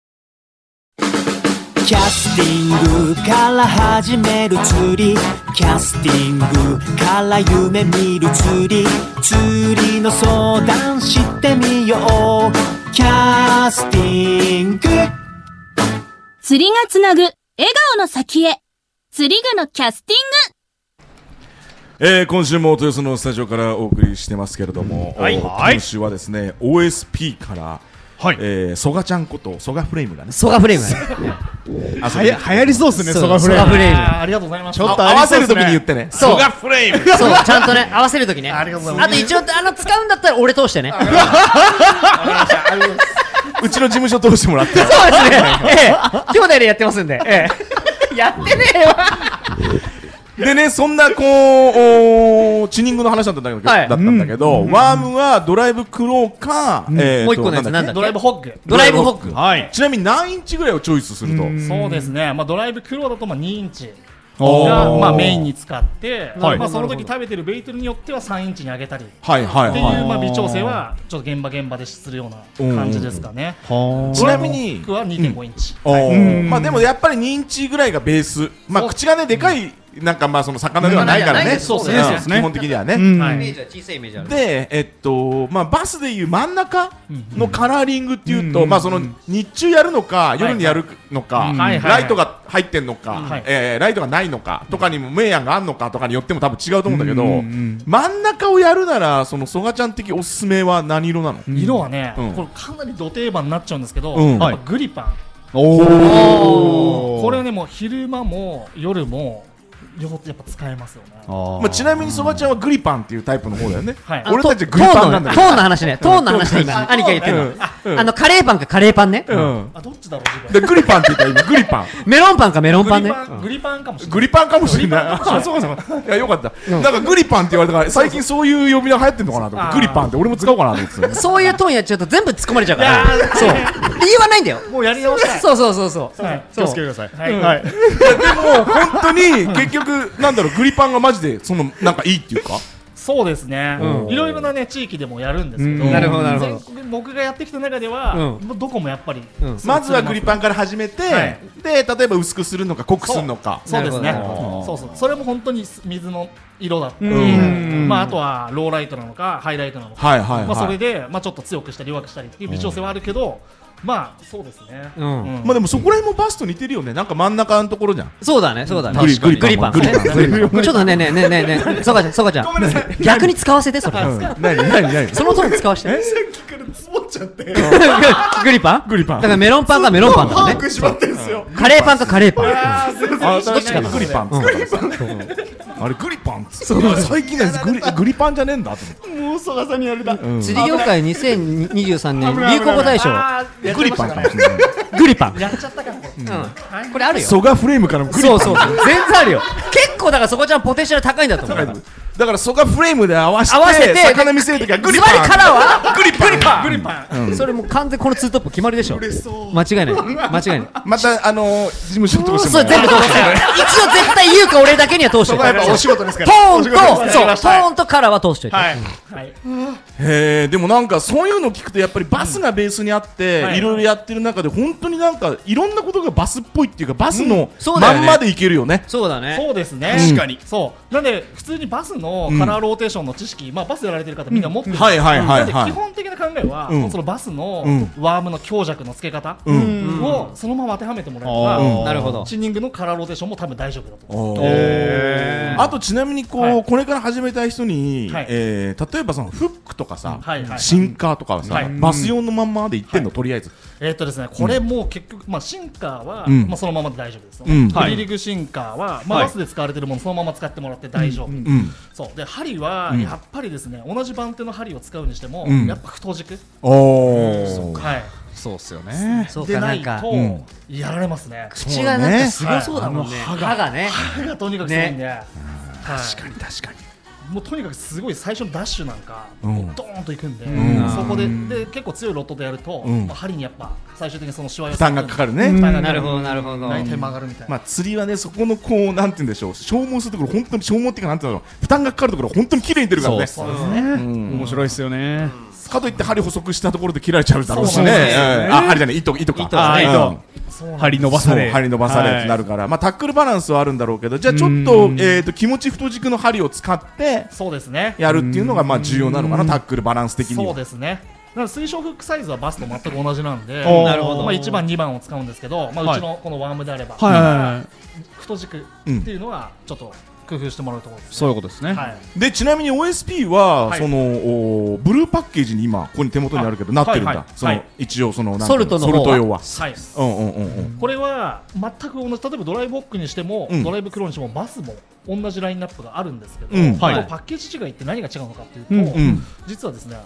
Speaker 5: キャスティングから始める釣りキャスティングから夢見る釣り釣りの相談してみようキャスティング
Speaker 6: 釣りがつなぐ、笑顔の先へ。釣り具のキャスティング
Speaker 2: えー今週も豊洲のスタジオからお送りしてますけれども、
Speaker 3: はい
Speaker 2: お
Speaker 3: はい
Speaker 2: 今週はですね OSP から、
Speaker 3: はい。
Speaker 2: えー、ソガちゃんことソガフレームがね
Speaker 1: ソガフレーム
Speaker 2: あ
Speaker 3: はや、流行りそうですね、
Speaker 1: そう
Speaker 3: ソガフレー
Speaker 1: ソガフ
Speaker 3: ム。
Speaker 1: レーム
Speaker 4: あーありがとうございまし
Speaker 3: ちょ
Speaker 4: た
Speaker 3: っと
Speaker 2: 合
Speaker 3: あり
Speaker 2: わ
Speaker 3: そ
Speaker 2: せる
Speaker 3: うです
Speaker 2: と
Speaker 3: ね
Speaker 2: きに言ってね
Speaker 1: そう
Speaker 2: フレーム
Speaker 1: そうちゃんとね合わせるときね
Speaker 4: あ
Speaker 1: あ
Speaker 4: り
Speaker 1: と
Speaker 4: がとうございます
Speaker 1: 一応あの使うんだったら俺通してね
Speaker 2: うちの事務所通してもらって
Speaker 1: そうですね。ええ、 兄弟でやってますんで。ええ、やってねえわ。
Speaker 2: でねそんなこうおーチューニングの話だったんだけど、
Speaker 1: はい
Speaker 2: だったんだけど、ワームはドライブクローか、えーと
Speaker 1: もう一個のやつなんだっけ
Speaker 4: ドライブホッグ
Speaker 1: ドライブホック。
Speaker 3: はい。
Speaker 2: ちなみに何インチぐらいをチョイスすると、
Speaker 3: うん
Speaker 4: そうですね、まあ、ドライブクローだとまあ2インチ
Speaker 2: お
Speaker 4: が
Speaker 2: ー
Speaker 4: まあメインに使って、
Speaker 3: はい
Speaker 4: まあ、その時食べてるベイトルによっては3インチに上げたりって
Speaker 2: はいはい
Speaker 4: いう
Speaker 2: はい
Speaker 4: まあ微調整はちょっと現場現場でするような感じですかね。
Speaker 3: は
Speaker 2: ちなみに
Speaker 4: 僕は2.5インチ、
Speaker 2: おー
Speaker 3: うん
Speaker 2: まあでもやっぱり認知ぐらいがベース、まあ、
Speaker 4: そう
Speaker 2: 口がねでかいなんかまあその魚ではないから
Speaker 1: ない
Speaker 2: ね、
Speaker 1: そう
Speaker 4: です
Speaker 2: ん
Speaker 4: ね
Speaker 3: そうですね
Speaker 2: 基本的にはね。
Speaker 3: うん
Speaker 4: はい
Speaker 1: ジは小さいイメージあ。
Speaker 2: でえっとまあ、バスでいう真ん中のカラーリングっていうと、
Speaker 3: うん
Speaker 2: まあ、その日中やるのか、夜にやるのか、
Speaker 3: うん
Speaker 4: はいはい
Speaker 2: ライトが入ってんのか、
Speaker 4: はい
Speaker 2: えーライトがないのかとかにも明暗があるのかとかによっても多分違うと思うんだけど、
Speaker 3: うんうん
Speaker 2: 真ん中をやるならその曽我ちゃん的おすすめは何色なの、
Speaker 4: 色はね、
Speaker 2: うん
Speaker 4: これかなりど定番になっちゃうんですけど、
Speaker 2: うん
Speaker 4: やっぱ
Speaker 3: はい
Speaker 4: グリパン、
Speaker 3: お
Speaker 4: これはねもう昼間も夜も両方やっぱ使えますよね
Speaker 2: まあ、ちなみに
Speaker 3: そ
Speaker 2: 曽我ちゃんはグリパンっていうタイプの方だよね、
Speaker 4: はい
Speaker 2: 俺たちグリ
Speaker 1: ト
Speaker 2: パ
Speaker 1: ー
Speaker 2: ン
Speaker 1: ンの
Speaker 2: なん
Speaker 1: ね
Speaker 2: だけ
Speaker 1: ト
Speaker 2: ど
Speaker 1: ーンの話ね。トーンの話ね。今、
Speaker 4: あ
Speaker 1: 兄貴が言ってる
Speaker 2: うん
Speaker 1: の。ああの、カレーパンかカレーパンね。
Speaker 2: うん
Speaker 4: あどっちだろう自分
Speaker 2: でグリパンって言ったら今グリパン
Speaker 1: メロンパンかメロン
Speaker 4: グ
Speaker 1: パン
Speaker 4: リ
Speaker 1: ね。
Speaker 4: パングリパンかもしれない
Speaker 2: グリパンかもしれない
Speaker 4: グリパンかもしれない
Speaker 2: あそうかそうか いやよかったなんかグリパンって言われたから最近そういう呼び名流行ってんのかなと思って
Speaker 4: あー
Speaker 2: グリパンって俺も使おうかなと思ってたよ
Speaker 1: そういうトーンやっちゃうと全部突っ込まれちゃうか
Speaker 4: いや
Speaker 1: ら。
Speaker 4: ー
Speaker 1: そう。理由はないんだよ。
Speaker 4: もうやり直したい
Speaker 1: そうそうそうそう。
Speaker 4: はい
Speaker 3: 気
Speaker 1: そ
Speaker 3: を
Speaker 1: う
Speaker 3: つけてください。
Speaker 4: はい
Speaker 3: はい。
Speaker 2: いやでも本当に結局なんだろうグリパンがマジでそのなんかいいっていうか
Speaker 4: そうですね
Speaker 1: うん
Speaker 4: いろいろなね地域でもやるんですけど、
Speaker 3: うん
Speaker 1: なるほどなるほど
Speaker 4: 全国僕がやってきた中では、
Speaker 1: うん
Speaker 4: もうどこもやっぱり、
Speaker 1: うん
Speaker 2: まずはグリパンから始めて、
Speaker 4: はい
Speaker 2: で例えば薄くするのか濃くするのか
Speaker 4: そうですね
Speaker 1: なるほ
Speaker 2: ど
Speaker 4: そうそうそれも本当に水の色だったり、
Speaker 3: うん
Speaker 4: まあ、あとはローライトなのかハイライトなのか、
Speaker 2: はいはいはい、
Speaker 4: まあ、それで、まあ、ちょっと強くしたり弱くしたりっていう微調整はあるけど、まあそうですね、
Speaker 1: うん
Speaker 2: まあでもそこら辺もバスと似てるよねなんか真ん中のところじゃん
Speaker 1: そうだね、そうだね。
Speaker 2: グリグリ
Speaker 1: グリパン。
Speaker 2: グリパン
Speaker 1: ね
Speaker 2: グリ
Speaker 1: ちょっとね、ね、ね、ね、 ね、そうかちゃん、そうかちゃん。
Speaker 2: ごめんなさい
Speaker 1: 逆に使わせて、それ。
Speaker 2: 何何何
Speaker 1: その通り使わせて。
Speaker 2: さっきからつぼっちゃって
Speaker 1: グリパン
Speaker 2: グリパン
Speaker 1: だからメロンパンかメロンパンだからね。
Speaker 2: しまってんすよ
Speaker 1: カレーパンかカレーパン。
Speaker 2: あどっ
Speaker 1: ちかな
Speaker 2: グリパングリパンあれグリパンっつって最近のやつグリグリパンじゃねえんだと思って
Speaker 4: もうそがさにやるだ、うん
Speaker 1: 釣り業界2023年流行語大賞。
Speaker 4: あーやっちゃいま
Speaker 2: グリ
Speaker 4: した
Speaker 2: パンかもしれない
Speaker 1: グリパン。
Speaker 4: やっちゃったかも
Speaker 1: うんこれあるよ。そ
Speaker 2: ソガフレームからもグリパ
Speaker 1: う
Speaker 2: ン
Speaker 1: そうそう。全然あるよ。結構だからそこちゃんポテンシャル高いんだと思う。
Speaker 2: だからソガフレームで合わせて
Speaker 1: 合わせて
Speaker 2: 魚見せるときはグリパン
Speaker 1: ズバリカラーは
Speaker 2: グリパングリパン
Speaker 1: それもう完全にこのツートップ決まりでしょ。間違いない。間違いない。
Speaker 2: またあのー事務所のとこして
Speaker 1: そう
Speaker 2: もら
Speaker 1: 全部
Speaker 2: う
Speaker 1: 通してる一応絶対言うか俺だけには通して
Speaker 2: そ
Speaker 1: る
Speaker 2: こはやっぱお仕事ですか
Speaker 1: ト
Speaker 2: ら
Speaker 1: ーンと
Speaker 2: お仕事です
Speaker 1: そう
Speaker 2: から
Speaker 1: トーンとカラーは通しておいて
Speaker 2: はい
Speaker 4: はい
Speaker 2: へえでもなんかそういうの聞くとやっぱりバスがベースにあって、
Speaker 4: はい
Speaker 2: い、ろいろやってる中で本当になんかいろんなことがバスっぽいっていうかバスの
Speaker 1: そうだよね
Speaker 2: まんまでいけるよね。
Speaker 1: そうだね
Speaker 4: そうですね
Speaker 2: 確かに
Speaker 4: そうなんで普通にバスのカラーローテーションの知識、まあバスやられてる方みんな持ってる、
Speaker 2: はいはいは
Speaker 4: ないんで
Speaker 2: は
Speaker 4: 基
Speaker 2: い。
Speaker 4: 本的な考えは、
Speaker 2: うん
Speaker 4: そのバスの
Speaker 2: うん
Speaker 4: ワームの強弱の付け方
Speaker 2: うん
Speaker 4: をそのまま当てはめてもら
Speaker 3: う
Speaker 4: え
Speaker 3: ん
Speaker 4: ば、
Speaker 1: なるほど
Speaker 4: チンニングのカラーローテーションも多分大丈夫だと思
Speaker 2: おー
Speaker 4: う。
Speaker 3: へー
Speaker 2: あとちなみにこう、
Speaker 4: はい
Speaker 2: これから始めたい人に、
Speaker 4: はい
Speaker 2: えー例えばそのフックとかさ、
Speaker 4: はいはい
Speaker 2: シンカーとかはさ、
Speaker 4: はい
Speaker 2: バス用のまんまでいってんの、とりあえず、
Speaker 4: えーっとですね、これもう結局、まあ、シンカーは、
Speaker 2: うん
Speaker 4: まあ、そのままで大丈夫ですよ、
Speaker 2: うん
Speaker 4: フリリグシンカーは、まあ、
Speaker 3: はい
Speaker 4: バスで使われてるものそのまま使ってもらって大丈夫、
Speaker 2: うん、
Speaker 4: そうで針はやっぱりですね、同じ番手の針を使うにしても、
Speaker 2: うん
Speaker 4: やっぱ太軸、
Speaker 2: おー
Speaker 4: はい、
Speaker 3: そうっすよね。
Speaker 1: そう
Speaker 4: で
Speaker 1: か
Speaker 4: な
Speaker 1: ないん
Speaker 4: と
Speaker 1: か、
Speaker 2: うん
Speaker 4: やられますね
Speaker 1: 口がなんかすごそうだもんね
Speaker 4: そうね
Speaker 1: 歯がね
Speaker 4: 歯がとにかくすごいんで、
Speaker 2: 確
Speaker 4: 確
Speaker 2: かに確かに
Speaker 4: もうとにかくすごい最初のダッシュなんか、
Speaker 2: うん
Speaker 4: ドーンといくんで、
Speaker 2: ん
Speaker 4: そこでで結構強いロットでやると、
Speaker 2: うん
Speaker 4: まあ、針にやっぱ最終的にそのしわ寄
Speaker 2: 負
Speaker 4: せ
Speaker 2: 担がかかるね、
Speaker 4: 負担がか
Speaker 1: な
Speaker 4: か
Speaker 1: るほどなるほど
Speaker 4: 大体曲がるみたい
Speaker 2: ま
Speaker 4: な、
Speaker 2: あ、釣りはね、そこのこう、なんて言うんでしょう、消耗するところ、本当に消耗っていうか、なんていうの、負担がかかるところ、本当に綺麗に出るからね。
Speaker 4: そうですね、
Speaker 2: うん
Speaker 3: 面白いっすよね。
Speaker 2: かといって針細くしたところで切られちゃうだろうし
Speaker 4: そう
Speaker 2: ね。
Speaker 4: なん
Speaker 3: ですよね
Speaker 2: うんあ、針じゃない、糸、糸か。
Speaker 1: 糸ね
Speaker 2: うん
Speaker 4: そうなんです
Speaker 3: 針伸ば
Speaker 2: そ
Speaker 3: さ
Speaker 2: う
Speaker 3: れ。
Speaker 2: 針伸ばされってなるから、まあタックルバランスはあるんだろうけど、じゃあちょっ
Speaker 3: う
Speaker 2: と
Speaker 3: ん
Speaker 2: えっと気持ち太軸の針を使って
Speaker 4: そうですね
Speaker 2: やるっていうのがまあ重要なのかなタックルバランス的に
Speaker 4: そう
Speaker 2: は。
Speaker 4: ですねだから推奨フックサイズはバスと全く同じなんで、
Speaker 3: おー
Speaker 1: なるほど
Speaker 4: まあ、1番、2番を使うんですけど、まあ、
Speaker 3: はいう
Speaker 4: ちのこのワームであれば、
Speaker 3: はいはいはい。
Speaker 4: 太軸っていうのはちょっと工夫してもらうところです、
Speaker 3: そういうことですね。
Speaker 4: はい、
Speaker 2: でちなみに OSP は
Speaker 4: はい
Speaker 2: そのおブルーパッケージに今ここに手元にあるけどなってるん
Speaker 4: はいは
Speaker 2: だ
Speaker 4: い。
Speaker 2: その
Speaker 4: はい
Speaker 2: 一応そのなんてい
Speaker 1: ソ
Speaker 2: う
Speaker 1: ルトの方は
Speaker 2: ソルト用は。
Speaker 4: はい、
Speaker 2: うんうんうんうん。
Speaker 4: これは全く同じ例えばドライブホックにしても、
Speaker 2: うん
Speaker 4: ドライブクローにしてもバスも同じラインナップがあるんですけど、
Speaker 2: うん
Speaker 3: はい
Speaker 4: このパッケージ違いって何が違うのかっていうと、
Speaker 3: うん
Speaker 2: うん
Speaker 4: 実はですね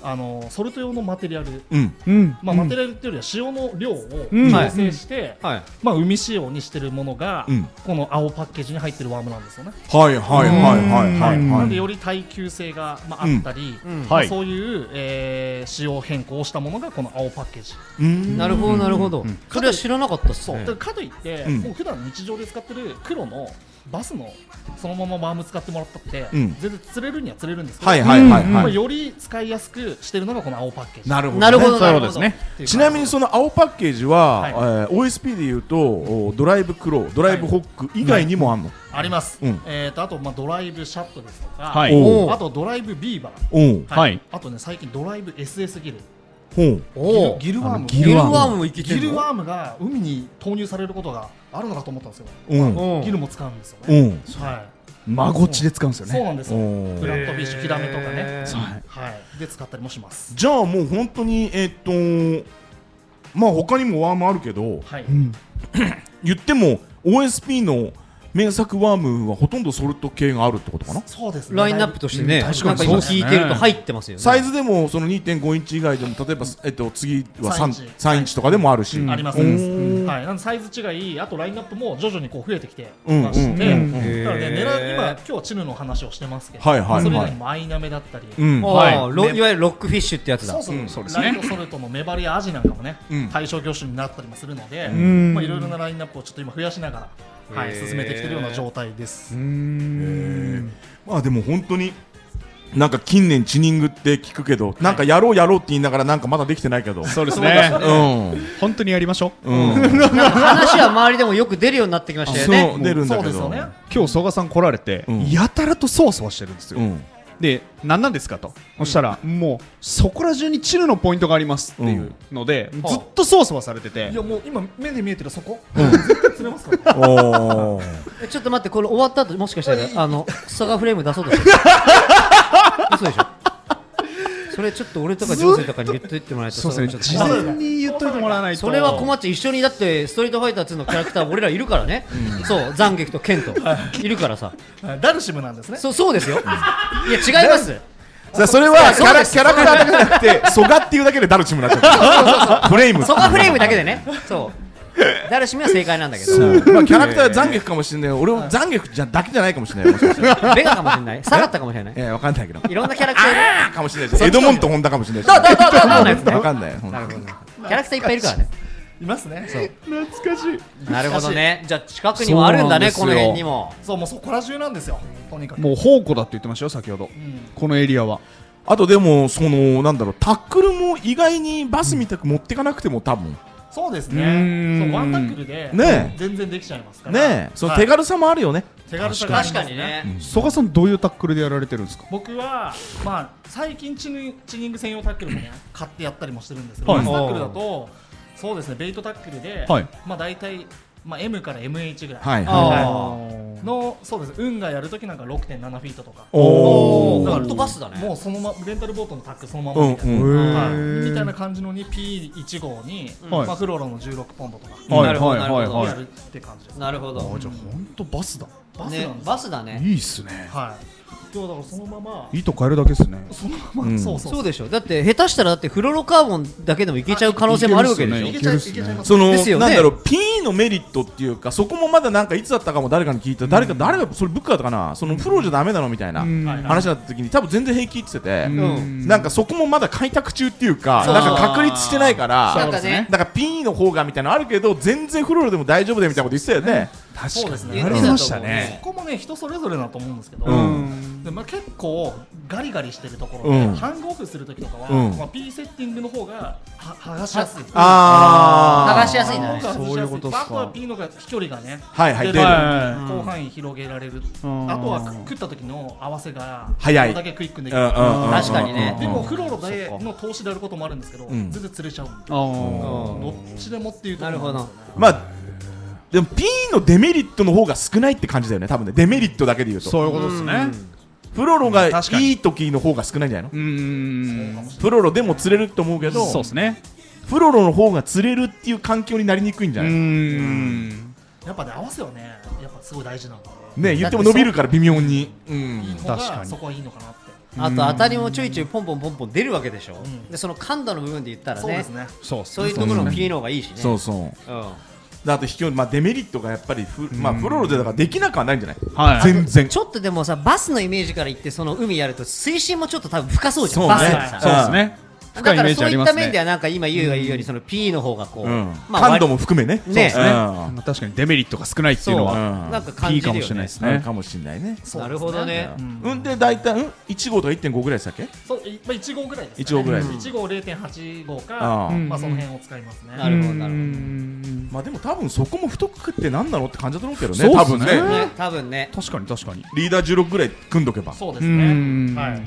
Speaker 4: あのソルト用のマテリアル、
Speaker 2: うん。
Speaker 3: うん。
Speaker 4: まあ、マテリアルっていうよりは塩の量を
Speaker 3: うん
Speaker 4: 調整して、
Speaker 1: はい
Speaker 4: まあ、海仕様にしてるものが、
Speaker 2: うん
Speaker 4: この青パッケージに入ってるワームなんですよね。
Speaker 2: はいはいはいはいは
Speaker 3: うん
Speaker 2: い
Speaker 4: な
Speaker 2: は
Speaker 4: んで
Speaker 2: い。
Speaker 4: より耐久性が、まあ、あったり、まあ
Speaker 3: はい
Speaker 4: そういう、えー仕様変更をしたものがこの青パッケージ。
Speaker 2: うん
Speaker 1: なるほどなるほどそれは知らなかったっす
Speaker 4: そう
Speaker 1: ね
Speaker 4: だからかといって、
Speaker 2: うん
Speaker 4: もう普段日常で使ってる黒のバスのそのままワーム使ってもらったって、
Speaker 2: うん
Speaker 4: 全然釣れるには釣れるんですけど、
Speaker 2: はいはいはい
Speaker 4: まあ
Speaker 2: はい。
Speaker 4: より使いやすくしてるのがこの青パッケージ。
Speaker 2: なるほどね。
Speaker 1: なるほど
Speaker 3: そう
Speaker 1: な
Speaker 3: いう
Speaker 1: る
Speaker 3: こ
Speaker 1: ほ
Speaker 3: と
Speaker 1: ど
Speaker 3: ですね。
Speaker 2: ちなみにその青パッケージは、
Speaker 4: はい
Speaker 2: えー OSP でいうと、おドライブクロードライブホック以外にもあんの、
Speaker 4: あります。
Speaker 2: うん
Speaker 4: えーとあとまあドライブシャットですとか、
Speaker 3: はい
Speaker 2: おう
Speaker 4: あとドライブビーバー。
Speaker 2: うん
Speaker 3: はい
Speaker 4: あとね最近ドライブ SS ギル
Speaker 2: ほう
Speaker 1: おお
Speaker 4: ギルワーム
Speaker 1: ギルワームもいけて
Speaker 4: ギ
Speaker 1: る
Speaker 4: ル
Speaker 1: の
Speaker 4: ワームが海に投入されることがあるのかと思ったんですよ、
Speaker 2: うん
Speaker 1: うん
Speaker 4: ギルも使うんですよ
Speaker 2: う
Speaker 4: ね、
Speaker 2: ん
Speaker 4: は
Speaker 3: 孫っちで使うんですよ
Speaker 4: い、そう
Speaker 3: ね。
Speaker 4: なんです
Speaker 2: お
Speaker 4: よ
Speaker 2: ー
Speaker 4: フラットフィッシュヒラメとかね、
Speaker 3: そうはい
Speaker 4: はい、で使ったりもします
Speaker 2: じゃあもう本当にえーっとまあ他にもワームあるけど
Speaker 4: はい、
Speaker 2: 言っても OSP の名作ワームはほとんどソルト系があるってことかな
Speaker 4: そうですね
Speaker 1: ラインナップとしてね
Speaker 4: う
Speaker 1: なんん
Speaker 4: 確
Speaker 1: か
Speaker 4: か
Speaker 1: 今
Speaker 4: にそうです
Speaker 1: 聞いてると入ってますよね
Speaker 2: サイズでもその2.5インチ以外でも例えば、えっと、次は 3,
Speaker 4: 三インチ
Speaker 2: 3インチとかでもあるし、
Speaker 4: あります
Speaker 2: う
Speaker 4: ね、
Speaker 2: ん
Speaker 4: はい、なのでサイズ違いあとラインナップも徐々にこう増えてきて
Speaker 2: うん
Speaker 4: まして、
Speaker 2: うんうん
Speaker 4: なの
Speaker 1: へー
Speaker 4: で狙い今今日はチヌの話をしてますけど、
Speaker 2: はいはいはい
Speaker 4: それ以外にもアイナメだったり、
Speaker 2: うん
Speaker 1: あ
Speaker 3: はい
Speaker 1: ーロいわゆるロックフィッシュってやつだ
Speaker 4: そうそう、
Speaker 2: うん
Speaker 3: そうですね
Speaker 4: ライトソルトのメバルやアジなんかもね、
Speaker 2: うん
Speaker 4: 対象業種になったりもするので、
Speaker 3: ん
Speaker 4: まあいろいろなラインナップをちょっと今増やしながら、はい、
Speaker 1: へー
Speaker 4: 進めてきてるような状態です。
Speaker 3: うん。
Speaker 2: まあでも本当になんか近年チューニングって聞くけど、なんかやろうやろうって言いながらなんかまだできてないけど。
Speaker 3: そうですね。
Speaker 2: うん。
Speaker 3: 本当にやりましょう。
Speaker 1: なんか話は周りでもよく出るようになってきましたよね。
Speaker 2: そう出るんだ
Speaker 4: そう
Speaker 2: け
Speaker 4: ですよ
Speaker 2: ど。
Speaker 4: ね。
Speaker 3: 今日曽我さん来られて、
Speaker 2: うん
Speaker 3: やたらとそわそわしてるんですよ、
Speaker 2: うん。
Speaker 3: で何なんですかとそしたら、もうそこら中にチルのポイントがありますっていうので、ずっとそわそわされてて、
Speaker 4: いやもう今目で見えてるそこ。
Speaker 2: おー。
Speaker 1: えちょっと待って、これ終わった後、もしかしたら、あの、サガフレーム出そうと してる。嘘でしょ。それちょっと俺とか女性とかに言っといてもらえた
Speaker 3: そう
Speaker 1: ら、
Speaker 3: ですね
Speaker 1: それ
Speaker 3: 事
Speaker 1: はちょっと
Speaker 3: 前に言っといてもらわないと
Speaker 1: それは困っちゃう一緒にだってストリートファイター2のキャラクター俺らいるからね、そう斬撃と剣といるからさ
Speaker 4: あダルシムなんですね。
Speaker 1: そうそうですよ、いや違います
Speaker 2: さあそれはキャ
Speaker 1: そう
Speaker 2: ラ
Speaker 1: です
Speaker 2: キャラクターだけじゃなくて、ソガっていうだけでダルチムになっちゃった。フレーム。
Speaker 1: そこはフレームだけでねそう誰しもは正解なんだけど
Speaker 2: まあキャラクターは残虐かもしれない。俺も残虐じゃだけじゃないかもしれない。もしかしたら
Speaker 1: ベガかもしれないサガったかもしれない
Speaker 2: いやわかんないけど。
Speaker 1: いろんなキャラクターいる
Speaker 2: あーかもしれないし。エドモンとホンダかもしれないし。
Speaker 1: どうどうどうどうのやつね
Speaker 2: わかんない。ほんと
Speaker 1: なるほどキャラクターいっぱいいるからね
Speaker 4: いますね。
Speaker 3: 懐かしい
Speaker 1: なるほどねじゃあ近くにもあるんだねこ
Speaker 3: そう
Speaker 1: の
Speaker 3: なんですよ
Speaker 1: 辺にも
Speaker 4: そうもうそこら中なんですよ。とにかく。
Speaker 3: もう宝庫だって言ってましたよ先ほど、このエリアは
Speaker 2: あとでもそのなんだろうタックルも意外にバスみたく持ってかなくても多分
Speaker 4: そうです
Speaker 3: うー
Speaker 4: ね。
Speaker 3: ん
Speaker 4: そうワンタックルで
Speaker 2: ねえ
Speaker 4: 全然できちゃいますから。
Speaker 2: ねえその
Speaker 4: はい
Speaker 2: 手軽さもあるよね。
Speaker 4: 手軽さがあり
Speaker 1: 確
Speaker 4: ま
Speaker 1: か
Speaker 4: す
Speaker 1: に。ね
Speaker 3: 曽我さんどういうタックルでやられてるんですか
Speaker 4: 僕は、まあ、最近チニチニング専用タックルもね買ってやったりもしてるんですけど、
Speaker 3: はい
Speaker 4: バスタックルだとそうですねベイトタックルで、
Speaker 3: はい
Speaker 4: まあ、大体、まあ、M から MH ぐらい、
Speaker 2: はい
Speaker 1: あ
Speaker 2: は
Speaker 1: ー
Speaker 4: のそうです運がやるときなんか6.7フィートとか
Speaker 2: い。
Speaker 1: ほ
Speaker 2: お
Speaker 4: だか
Speaker 2: ー
Speaker 4: ら
Speaker 1: んとバスだね
Speaker 4: もうそのまレンタルボートのタックそのま
Speaker 2: う
Speaker 4: ま
Speaker 2: ん
Speaker 4: みたいな。
Speaker 2: うん。
Speaker 4: はいみたいな感じのに P1 号に、
Speaker 3: はい
Speaker 4: まあ、フローラの16ポンドとか
Speaker 1: うん
Speaker 3: は
Speaker 1: ないるほ
Speaker 3: は
Speaker 1: ど
Speaker 3: いはいは
Speaker 1: はいい
Speaker 4: やるって感じです、
Speaker 1: なるほど
Speaker 3: あじゃあほんとバスだ
Speaker 4: バス
Speaker 1: ね
Speaker 4: なんですよ、
Speaker 1: バスだね
Speaker 3: いいっすね
Speaker 4: はいでもだからそのまま
Speaker 3: 糸変えるだけっすね
Speaker 4: そのまま、
Speaker 2: うん
Speaker 4: そうそう
Speaker 1: そうでしょだって下手したらだってフロロカーボンだけでもいけちゃう可能性もあるわけでしょ
Speaker 3: い
Speaker 4: い
Speaker 3: け
Speaker 4: け
Speaker 3: ち
Speaker 4: ち
Speaker 3: ゃ
Speaker 4: ゃ
Speaker 3: う
Speaker 4: い
Speaker 3: っ
Speaker 4: い
Speaker 3: すね
Speaker 4: けちゃいます
Speaker 2: その、
Speaker 1: ですよね
Speaker 2: なんだろう P のメリットっていうかそこもまだなんかいつだったかも誰かに聞いた、誰か誰がそれブックだったかなそのプロじゃダメなのみたいな
Speaker 3: うん
Speaker 2: 話だった時に多分全然平気って言ってて、
Speaker 3: うん
Speaker 2: なんかそこもまだ開拓中っていうか
Speaker 1: そう
Speaker 2: なんか確立してないから
Speaker 1: なんかね
Speaker 2: だから P の方がみたいなのあるけど全然フロールでも大丈夫だよみたいなこと言ってたよね。
Speaker 3: 確
Speaker 4: そうですね
Speaker 3: なりましたね
Speaker 4: ここもね人それぞれだと思うんですけど、
Speaker 3: うん
Speaker 4: でまあ、結構ガリガリしてるところで、
Speaker 2: うん
Speaker 4: ハングオフするときとかは、
Speaker 2: うん
Speaker 4: まあ、P セッティングの方がは剥がしやすい
Speaker 2: あー
Speaker 1: 剥がしやすいんだね
Speaker 4: ハングオフが
Speaker 3: そういうことっ
Speaker 4: 剥
Speaker 3: す
Speaker 4: がしやす
Speaker 3: か
Speaker 4: あとは P の方が飛距離がね
Speaker 2: はいはい
Speaker 4: 出
Speaker 2: 出
Speaker 4: る
Speaker 2: る
Speaker 4: 広範囲広げられる、
Speaker 3: うん
Speaker 4: あとは食った時の合わせが
Speaker 2: 早い
Speaker 4: どれだけクイックにでき
Speaker 2: うん
Speaker 4: る
Speaker 2: うんうんうん
Speaker 1: 確かにね
Speaker 4: で
Speaker 2: うん
Speaker 4: もフローロでの投資であることもあるんですけど、
Speaker 2: ん
Speaker 4: 全然釣れちゃうんで
Speaker 3: あー
Speaker 4: どっちでもっていうところんですよね
Speaker 2: まあでも P のデメリットの方が少ないって感じだよね多分ねデメリットだけで言うと
Speaker 3: そういうことですね
Speaker 2: フロロが
Speaker 3: うん確かに
Speaker 2: いい時の方が少ないんじゃないの、
Speaker 3: うーん
Speaker 2: フロロでも釣れると思うけど
Speaker 3: そうですね
Speaker 2: フロロの方が釣れるっていう環境になりにくいんじ
Speaker 3: う
Speaker 2: ゃない、
Speaker 3: ーん
Speaker 4: やっぱね合わせはねやっぱすごい大事なんで
Speaker 2: ね言っても伸びるから微妙に、うん
Speaker 4: いい方
Speaker 3: 確か
Speaker 4: が
Speaker 3: に
Speaker 4: そこはいいのかなって
Speaker 1: あと当たりもちょいちょいポンポンポンポン出るわけでしょ、
Speaker 4: ん
Speaker 1: でその感度の部分で言ったら
Speaker 4: そうで
Speaker 1: ね
Speaker 4: すね
Speaker 3: そうっす
Speaker 1: そ
Speaker 3: ね
Speaker 1: ういうところの P の方がいいしね
Speaker 2: そうそう
Speaker 1: うん
Speaker 2: であと卑怯、まあ、デメリットがやっぱりフ,、まあ、フロロでだからできなくはないんじゃない、
Speaker 3: はい
Speaker 2: 全然
Speaker 1: ちょっとでもさバスのイメージから言ってその海やると水深もちょっと多分深そうじゃん
Speaker 2: そうね
Speaker 1: バスってさ
Speaker 3: そうですね。
Speaker 1: だか
Speaker 3: 深いイメー
Speaker 1: ら
Speaker 3: ジ
Speaker 1: そ
Speaker 3: あ
Speaker 1: う
Speaker 3: り
Speaker 1: いっ
Speaker 3: ま
Speaker 1: た
Speaker 3: す
Speaker 1: 面で
Speaker 3: ね。
Speaker 1: はなんか今優が言うようにその P の方がこう、
Speaker 2: うん
Speaker 1: まあ
Speaker 2: 感度も含めね
Speaker 1: ね
Speaker 2: うん
Speaker 3: うん確かにデメリットが少ないっていうの
Speaker 1: そう
Speaker 3: は
Speaker 2: うん
Speaker 1: なんか感
Speaker 3: P
Speaker 1: じるよ、
Speaker 3: か
Speaker 1: ね、
Speaker 3: もしれないです
Speaker 2: うん
Speaker 3: ね。
Speaker 2: かもしれないね
Speaker 4: そう
Speaker 1: な
Speaker 4: ですね
Speaker 1: るほどね
Speaker 4: うん
Speaker 2: うんで大体、うん、1号とか1.5ぐらいでしたっけ
Speaker 4: そういまあ1号ぐらいですかね
Speaker 2: 1号ぐらいです
Speaker 4: 1号0.8号
Speaker 2: あ
Speaker 4: か
Speaker 2: あ
Speaker 4: まあその辺を使いますね
Speaker 1: なるほどなるほど
Speaker 2: まあでも多分そこも太くってなんなのって感じだと思うけどね
Speaker 3: そうっ
Speaker 2: 多
Speaker 3: すね
Speaker 2: 分ね
Speaker 1: ね多分ね
Speaker 3: 確かに確かに。
Speaker 2: リーダー16ぐらい組んどけば
Speaker 4: そうです
Speaker 3: うん
Speaker 4: ねはい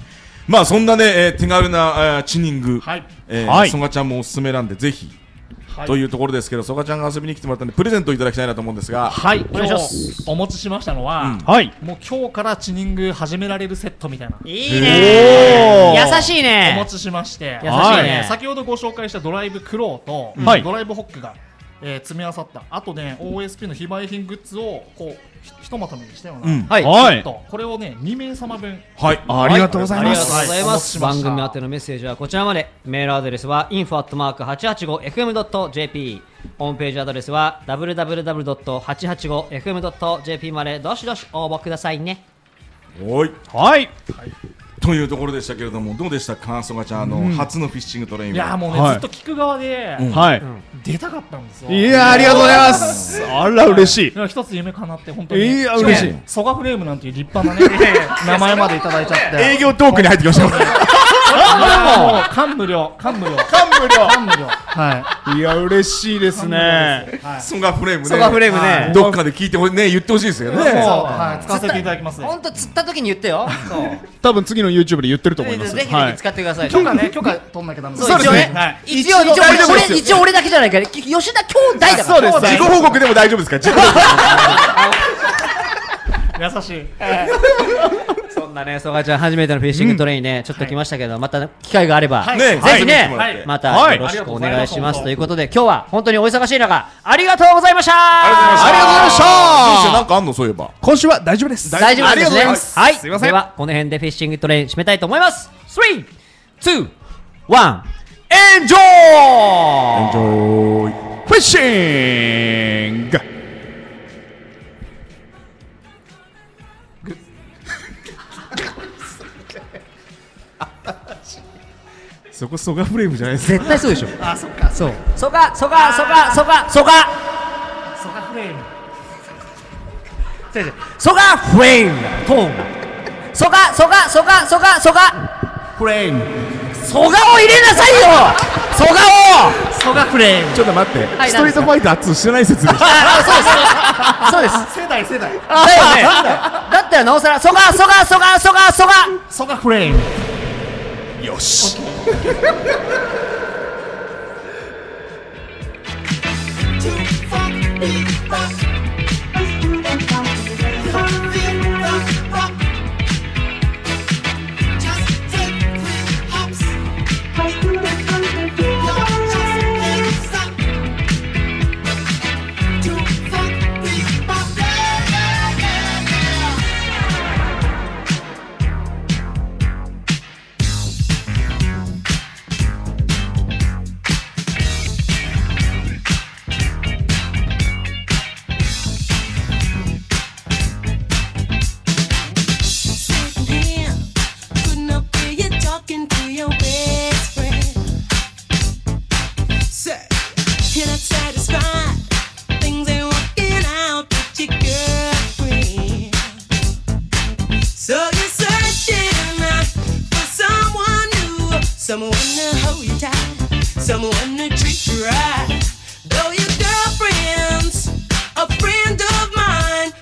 Speaker 2: まあそんなね、えー手軽な、えーチューニング、
Speaker 4: はい
Speaker 2: えー
Speaker 3: はい
Speaker 2: 曽我ちゃんもおすすめなんでぜひ、
Speaker 4: はい
Speaker 2: というところですけど曽我ちゃんが遊びに来てもらったんでプレゼントいただきたいなと思うんですが
Speaker 4: はい
Speaker 1: 願い
Speaker 4: 今
Speaker 1: しま
Speaker 4: 日お持ちしましたのは
Speaker 3: はい。
Speaker 4: もう今日からチニング始められるセットみたいない
Speaker 1: いねー優しい
Speaker 4: お持
Speaker 1: ね
Speaker 4: ちしまして
Speaker 1: 優しいね
Speaker 4: はい先ほどご紹介したドライブクローと
Speaker 3: はい
Speaker 4: ドライブホックがえー詰め合わさったあとね OSP の非売品グッズをこうひひとまとめにしたよう
Speaker 2: うん
Speaker 4: な
Speaker 1: はい
Speaker 3: はい。
Speaker 4: とこれをね2名様分
Speaker 2: はい
Speaker 3: ありがとうござい
Speaker 1: あり
Speaker 3: ま
Speaker 1: がとう
Speaker 3: す。
Speaker 1: ございます。
Speaker 4: はいお
Speaker 1: 番
Speaker 4: 待ちしました
Speaker 1: 組宛てのメッセージはこちらまで。メールアドレスは info@885fm.jp。ホームページアドレスは www.885fm.jp までどしどし応募くださいね。
Speaker 2: おい
Speaker 3: はい。
Speaker 2: というところでしたけれどもどうでした感想がちゃんあの、初のフィッシングトレイン
Speaker 4: いやーもうね、
Speaker 3: はい
Speaker 4: ずっと聞く側で、
Speaker 2: うん
Speaker 3: はい。
Speaker 4: 出たかったんですよ
Speaker 3: いやーありがとうございます。あら、嬉しい
Speaker 4: い。や一つ夢叶って本当
Speaker 3: い
Speaker 4: に
Speaker 3: や嬉しい
Speaker 4: ねソガフレームなんていう立派なね名前までいただいちゃって
Speaker 2: 営業トークに入ってきました
Speaker 4: もう感無量感無量感無量感無量はい
Speaker 3: いや、嬉しいですね。
Speaker 2: ソガフレームね
Speaker 1: ソガフレームね
Speaker 2: どっかで聞いてほね言ってほしいですよ
Speaker 4: もう
Speaker 2: ね
Speaker 4: はい使わせていただきます
Speaker 1: 本当釣った時に言ってよそう
Speaker 3: 多分次の YouTube で言ってると思います。
Speaker 1: ぜひぜ
Speaker 3: は
Speaker 1: ひ
Speaker 3: い。
Speaker 1: 使ってください
Speaker 4: 許可ね許可取んなきゃダメ
Speaker 1: そう一応ね一応一応俺俺一応俺だけじゃないからき吉田兄弟だから
Speaker 3: そうです
Speaker 2: 自己報告でも大丈夫ですか自己報告
Speaker 4: 優しい
Speaker 1: そんなね、曽我ちゃん、初めてのフィッシングトレインね、ちょっと来ましたけど、また機会があれば、
Speaker 4: はい
Speaker 1: ね
Speaker 2: は
Speaker 1: ぜ
Speaker 2: い
Speaker 1: ひね、
Speaker 2: はい
Speaker 1: また
Speaker 3: はい
Speaker 1: よろしくお願いします。
Speaker 4: あ
Speaker 1: とい
Speaker 4: り
Speaker 1: うことで、今日は本当にお忙しい中、ありがとうございました
Speaker 3: ありがとうございま
Speaker 2: どうして
Speaker 3: した
Speaker 2: なんかあんのそういえば
Speaker 3: 今週は大丈夫です。
Speaker 1: 大丈夫です
Speaker 3: ありがとうござい
Speaker 1: ね
Speaker 3: ます。
Speaker 1: はい、
Speaker 3: すいません
Speaker 1: では、この辺でフィッシングトレイン締めたいと思います。3、2、1、エンジョ
Speaker 2: エン
Speaker 1: ー
Speaker 2: ジョイ
Speaker 3: フィッシング
Speaker 2: そこソガフレームじゃないです
Speaker 1: 絶対そうでしょ。
Speaker 4: あそっか
Speaker 1: そう。そが、そが、そが、そが、そが、
Speaker 4: ソガフレーム
Speaker 1: そが、フレーム、トーン。そが、そが、そが、そが、そが、
Speaker 4: フレーム
Speaker 1: そがを入れなさいよそがを
Speaker 4: ソガフレーム
Speaker 2: ちょっと待って、
Speaker 1: い
Speaker 2: ストリートファイター2知らない説でしょ
Speaker 1: そうです。
Speaker 4: 世代世代
Speaker 1: だよね。だったらなおさら、そが、そが、そが、そが、そが。
Speaker 4: ソガフレーム
Speaker 2: よし
Speaker 7: Talking to your best friend. Say, you're not satisfied. Things ain't working out with your girlfriend. So you're searching out for someone new, someone to hold you tight, someone to treat you right. Though your girlfriend's a friend of mine, uh, uh,